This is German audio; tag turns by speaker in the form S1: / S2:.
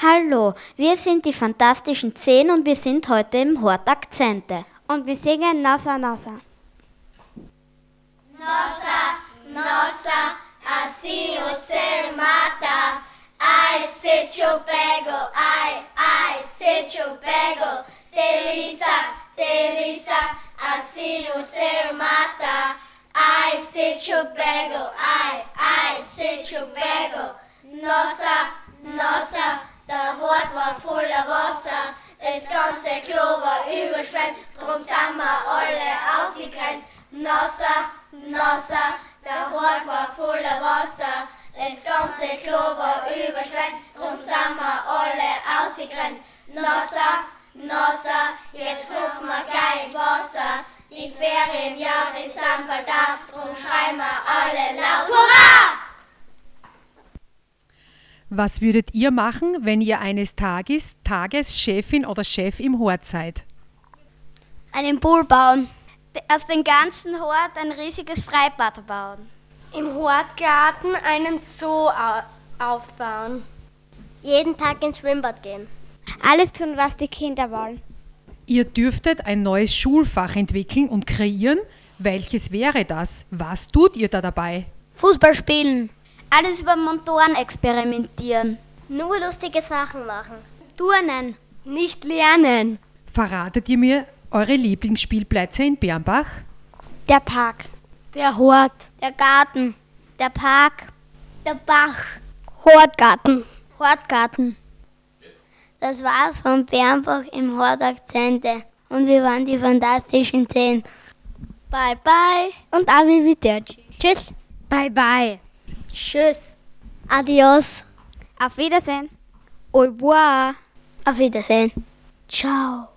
S1: Hallo, wir sind die Fantastischen Zehn und wir sind heute im Hort Akzente.
S2: Und wir singen Nossa Nossa.
S3: Nossa, nossa, assim o ser mata. Ai, se te eu pego, ai, ai, se te eu pego. Delícia, delícia, assim o ser mata. Ai, se te eu pego, ai, ai, se te eu pego. Nossa, nossa, der Hort war voller Wasser. Das ganze Klo war überschwemmt, drum sind wir alle ausgerannt. Nossa, nossa, der Hort war voller Wasser. Das ganze Klo war überschwemmt, drum sind wir alle ausgerannt. Nossa, nossa, jetzt rufen wir gleich ins Wasser. Die Ferienjahre sind bald da, drum schreien wir alle laut Hurra!
S4: Was würdet ihr machen, wenn ihr eines Tages Tageschefin oder Chef im Hort seid?
S2: Einen Pool bauen.
S1: Aus dem ganzen Hort ein riesiges Freibad bauen.
S2: Im Hortgarten einen Zoo aufbauen.
S5: Jeden Tag ins Schwimmbad gehen.
S2: Alles tun, was die Kinder wollen.
S4: Ihr dürftet ein neues Schulfach entwickeln und kreieren. Welches wäre das? Was tut ihr da dabei?
S2: Fußball spielen.
S1: Alles über Montoren experimentieren.
S5: Nur lustige Sachen machen.
S2: Turnen. Nicht lernen.
S4: Verratet ihr mir eure Lieblingsspielplätze in Birnbach?
S2: Der Park.
S5: Der Hort.
S2: Der Garten.
S1: Der Park.
S5: Der Bach.
S2: Hortgarten.
S5: Hortgarten. Das war's von Bernbach im Hort Akzente. Und wir waren die fantastischen Zehn. Bye bye und arrivederci.
S2: Tschüss.
S5: Bye bye.
S2: Tschüss.
S5: Adios.
S1: Auf Wiedersehen.
S2: Au revoir.
S5: Auf Wiedersehen.
S2: Ciao.